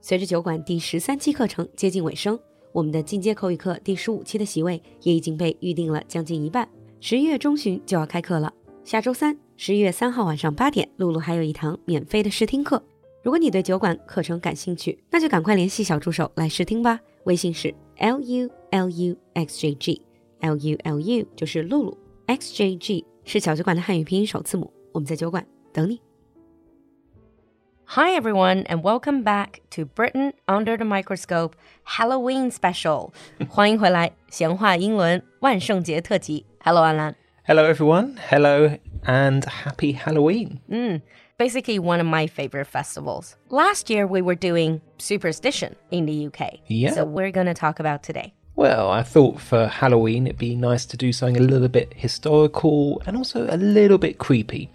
随着酒馆第十三期课程接近尾声，我们的进阶口语课第十五期的席位也已经被预定了将近一半，十一月中旬就要开课了。下周三，十一月三号晚上八点，露露还有一堂免费的试听课。如果你对酒馆课程感兴趣，那就赶快联系小助手来试听吧。微信是 l u l u x j g，l u l u 就是露露，x j g 是小酒馆的汉语拼音首字母。我们在酒馆等你。 Hi, everyone, and welcome back to Britain Under the Microscope Halloween Special. 欢迎回来，闲话英伦万圣节特辑。Hello, Alan. Hello, everyone. Hello, and happy Halloween. Basically, one of my favorite festivals. Last year, we were doing Superstition in the UK. Yeah. So, we're going to talk about today. Well, I thought for Halloween it'd be nice to do something a little bit historical and also a little bit creepy.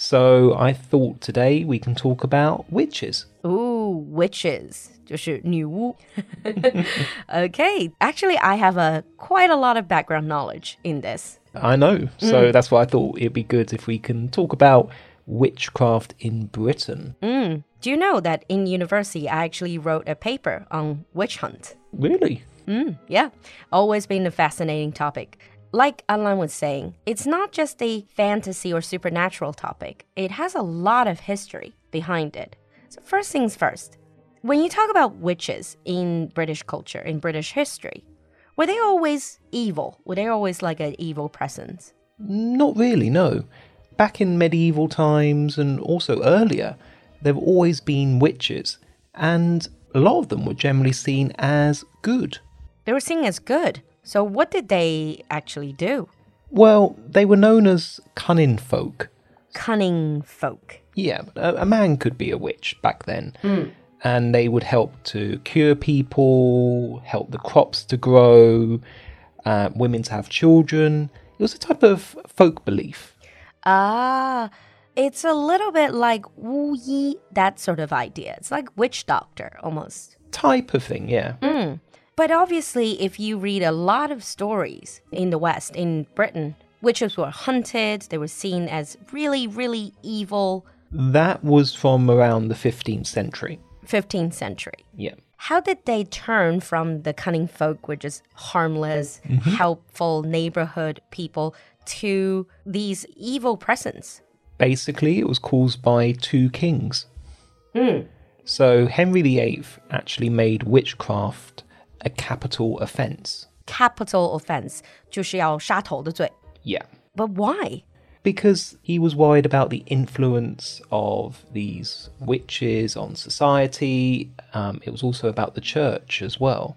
So I thought today we can talk about witches. Ooh, witches. 就是女巫. okay. Actually, I have a quite a lot of background knowledge in this. I know, Mm. so that's why I thought it'd be good if we can talk about witchcraft in Britain. Mm. Do you know that in university, I actually wrote a paper on witch hunt? Really? Yeah, always been a fascinating topic. Like Alan was saying, it's not just a fantasy or supernatural topic, it has a lot of history behind it. So, first things first, when you talk about witches in British culture, in British history, were they always evil? Were they always like an evil presence? Not really, no. Back in medieval times and also earlier, there have always been witches, and a lot of them were generally seen as good. They were seen as good. So, what did they actually do? Well, they were known as cunning folk. Cunning folk. Yeah, a, a man could be a witch back then. And they would help to cure people, help the crops to grow, uh, women to have children. It was a type of folk belief. Ah, it's a little bit like Wu Yi, that sort of idea. It's like witch doctor almost. Type of thing, yeah. But obviously, if you read a lot of stories in the West, in Britain, witches were hunted, they were seen as really, really evil That was from around the 15th century. 15th century. Yeah. How did they turn from the cunning folk, which is harmless, helpful neighborhood people, to these evil presence? Basically, it was caused by two kings. So Henry VIII actually made witchcraft a capital offence. Capital offense, 就是要杀头的罪。 Yeah. But why? because he was worried about the influence of these witches on society. Um, it was also about the church as well.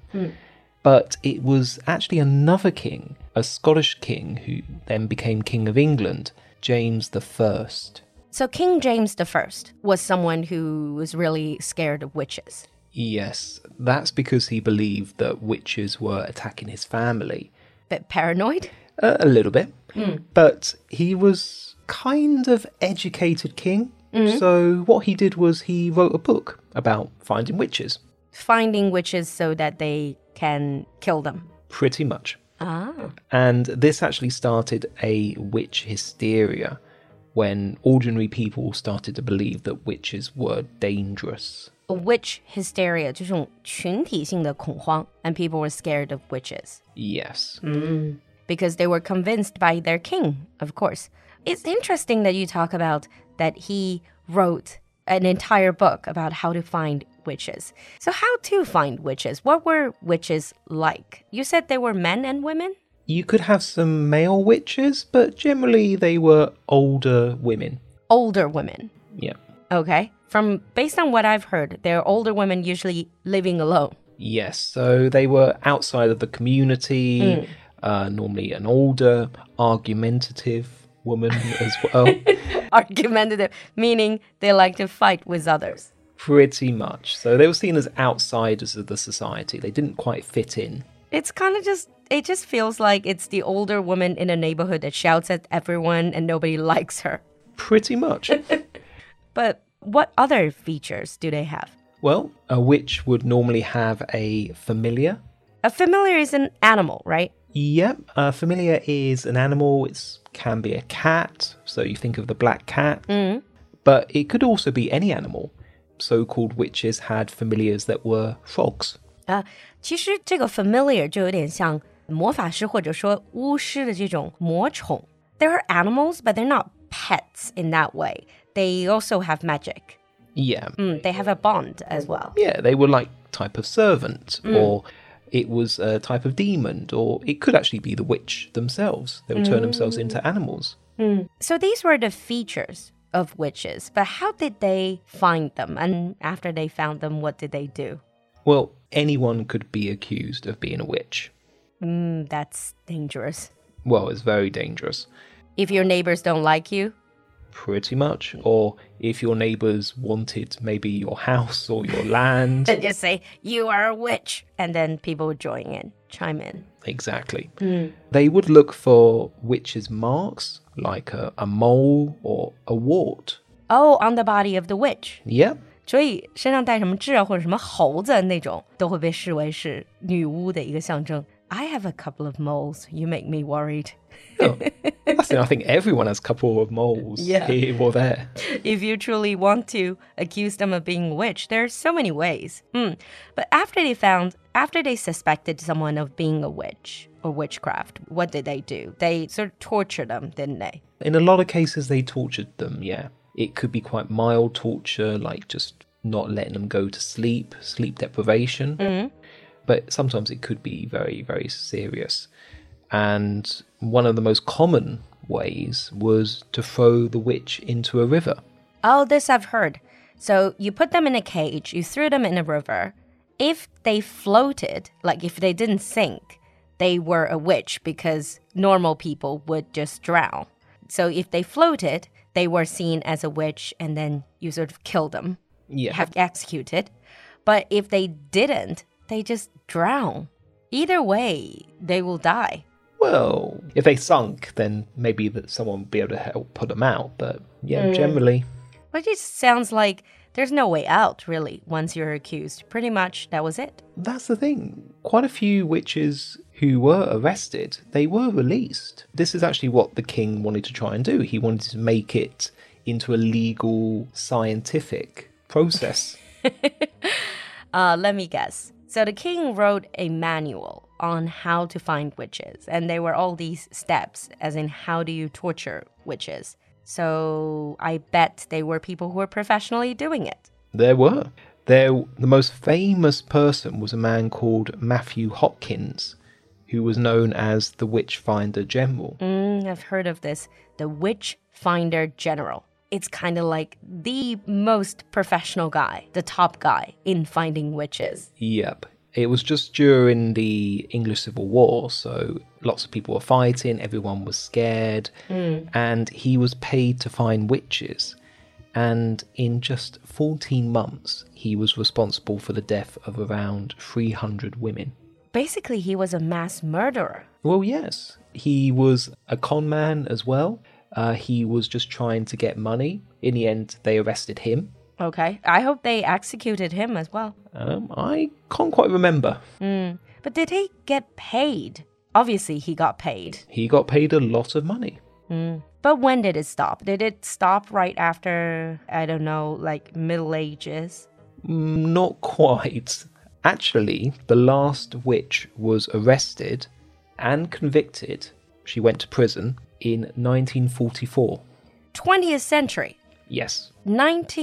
But it was actually another king, a Scottish king, who then became King of England, James the First. So King James I was someone who was really scared of witches. Yes, that's because he believed that witches were attacking his family. Bit paranoid? A, a little bit. But he was kind of educated king. So what he did was he wrote a book about finding witches, Finding witches so that they can kill them. pretty much. Ah. And this actually started a witch hysteria when ordinary people started to believe that witches were dangerous. Witch hysteria, 这种群体性的恐慌, and people were scared of witches Yes. because they were convinced by their king, of course. It's interesting that you talk about that he wrote an entire book about how to find witches. So how to find witches? What were witches like? You said they were men and women? You could have some male witches, but generally they were older women. older women. Yeah. Okay. From based on what I've heard, they're older women usually living alone. Yes, so they were outside of the community, uh, normally an older, argumentative woman as well. Argumentative, meaning they like to fight with others. Pretty much. So they were seen as outsiders of the society. They didn't quite fit in. It's kind of just it just feels like it's the older woman in a neighborhood that shouts at everyone and nobody likes her. Pretty much. But what other features do they have? well, a witch would normally have a familiar. A familiar is an animal, right? Yep, a familiar is an animal. It can be a cat. So you think of the black cat. But it could also be any animal. so called witches had familiars that were frogs. 啊，其实这个 familiar 就有点像魔法师或者说巫师的这种魔宠。They are animals, but they're not pets in that way. They also have magic. Yeah. Mm, they have a bond as well. Yeah, they were like type of servant or it was a type of demon or it could actually be the witch themselves. They would turn themselves into animals. So these were the features of witches, but how did they find them? And after they found them, what did they do? Well, anyone could be accused of being a witch. Mm, that's dangerous. Well, it's very dangerous. If your neighbors don't like you, Pretty much. Or if your neighbours wanted maybe your house or your land. then just say, You are a witch. And then people would join in, chime in. Exactly. They would look for witches' marks, like a, a mole or a wart. Oh, on the body of the witch. Yep. 所以身上带什么痣啊，或者什么猴子那种，都会被视为是女巫的一个象征。I have a couple of moles. You make me worried. Oh, that's it. I think everyone has a couple of moles Yeah. here or there. If you truly want to accuse them of being a witch, there are so many ways. Hmm. But after they found, after they suspected someone of being a witch or witchcraft, what did they do? They sort of tortured them, didn't they? In a lot of cases, they tortured them, yeah. It could be quite mild torture, like just not letting them go to sleep, sleep deprivation. But sometimes it could be very, very serious. And one of the most common ways was to throw the witch into a river. Oh, this I've heard. So you put them in a cage, you threw them in a river. If they floated, like if they didn't sink, they were a witch because normal people would just drown. So if they floated, they were seen as a witch and then you sort of kill them, Yeah. have executed. But if they didn't, they just drown. Either way, they will die. Well, if they sunk, then maybe that someone would be able to help put them out. But yeah, generally, But it sounds like there's no way out, really, once you're accused. Pretty much that was it. that's the thing. Quite a few witches who were arrested, they were released. This is actually what the king wanted to try and do. He wanted to make it into a legal, scientific process. Uh, let me guess. So the king wrote a manual on how to find witches, and there were all these steps, as in how do you torture witches. So I bet they were people who were professionally doing it. there were. There, the most famous person was a man called Matthew Hopkins, who was known as the Witch Finder General. Mm, I've heard of this, the witch finder general. It's kind of like the most professional guy, the top guy in finding witches. Yep. It was just during the English Civil War, so lots of people were fighting, everyone was scared, and he was paid to find witches. And in just 14 months, he was responsible for the death of around 300 women. Basically, he was a mass murderer. Well, yes, he was a con man as well. Uh, he was just trying to get money. In the end, they arrested him. Okay. I hope they executed him as well. Um, I can't quite remember. Mm. But did he get paid? Obviously, he got paid. He got paid a lot of money. But when did it stop? Did it stop right after, I don't know, like Middle Ages? Not quite. Actually, the last witch was arrested and convicted. She went to prison in 1944. 20th century, Yes.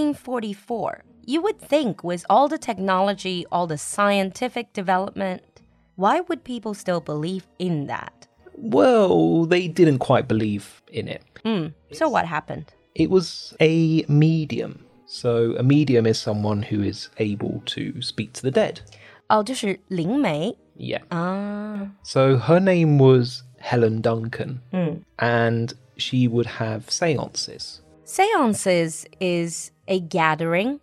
1944. You would think, with all the technology, all the scientific development, why would people still believe in that? Well, they didn't quite believe in it. Hmm. So, what happened? It was a medium. So, a medium is someone who is able to speak to the dead. Oh, 就是灵媒. Yeah. Ah. So, her name was Helen Duncan, and she would have seances. Seances is a gathering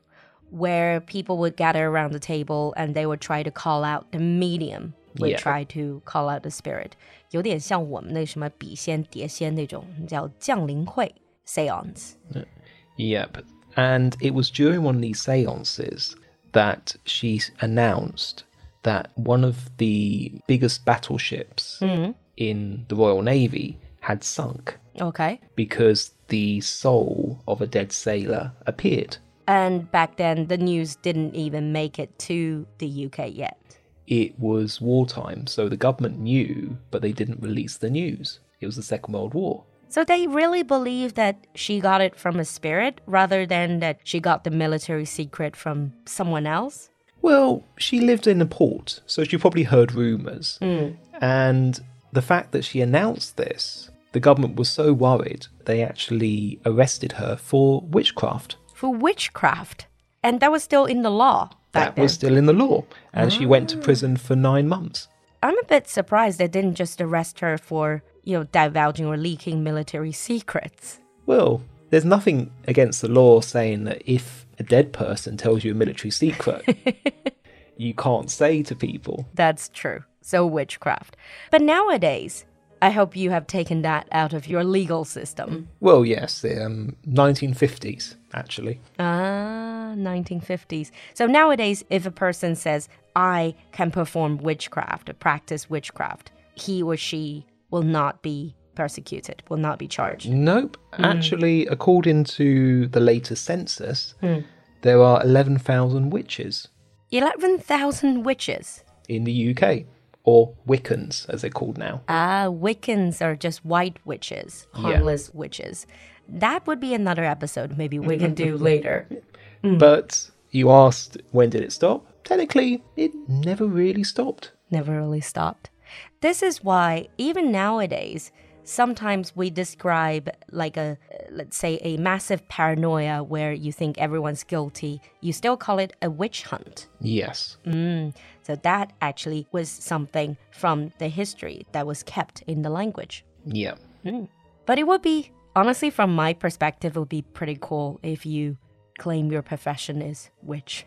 where people would gather around the table and they would try to call out the medium. Would Yeah. try to call out the spirit，有点像我们那什么笔仙、碟仙那种叫降临会 （seance）。 Yep. And it was during one of these seances that she s- announced that one of the biggest battleships in the Royal Navy had sunk Okay. because the soul of a dead sailor appeared. And back then, the news didn't even make it to the UK yet. It was wartime, so the government knew, but they didn't release the news. It was the Second World War. So they really believe that she got it from a spirit rather than that she got the military secret from someone else. Well, she lived in a port, so she probably heard rumours. And the fact that she announced this, the government was so worried, they actually arrested her for witchcraft. for witchcraft. And that was still in the law that back was then. still in the law. And she went to prison for nine months. I'm a bit surprised they didn't just arrest her for, you know, divulging or leaking military secrets. Well, there's nothing against the law saying that if a dead person tells you a military secret, you can't say to people. That's true. So witchcraft. But nowadays, I hope you have taken that out of your legal system. Well, yes, the um, 1950s, actually. Ah, 1950s. So nowadays, if a person says, I can perform witchcraft, or practice witchcraft, he or she will not be persecuted, will not be charged. Nope. Actually, according to the latest census, there are 11,000 witches 11,000 witches. in the UK, or Wiccans, as they're called now. Ah, Wiccans are just white witches, harmless witches. That would be another episode maybe we can do later. But you asked, when did it stop? Technically, it never really stopped. Never really stopped. This is why, even nowadays, sometimes we describe like a, uh, let's say, a massive paranoia where you think everyone's guilty. You still call it a witch hunt. Yes. So that actually was something from the history that was kept in the language. Yeah. But it would be, honestly, from my perspective, it would be pretty cool if you claim your profession is witch.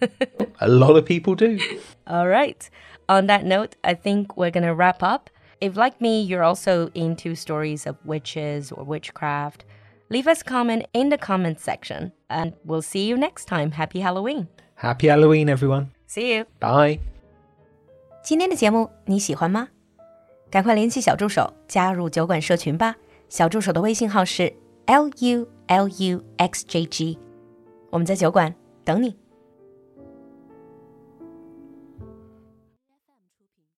A lot of people do. All right. On that note, I think we're going to wrap up. If, like me, you're also into stories of witches or witchcraft, leave us a comment in the comment section. And we'll see you next time. Happy Halloween. Happy Halloween, everyone. See you. Bye. 今天的节目你喜欢吗？赶快联系小助手加入酒馆社群吧。小助手的微信号是 l u l u x j g，我们在酒馆等你。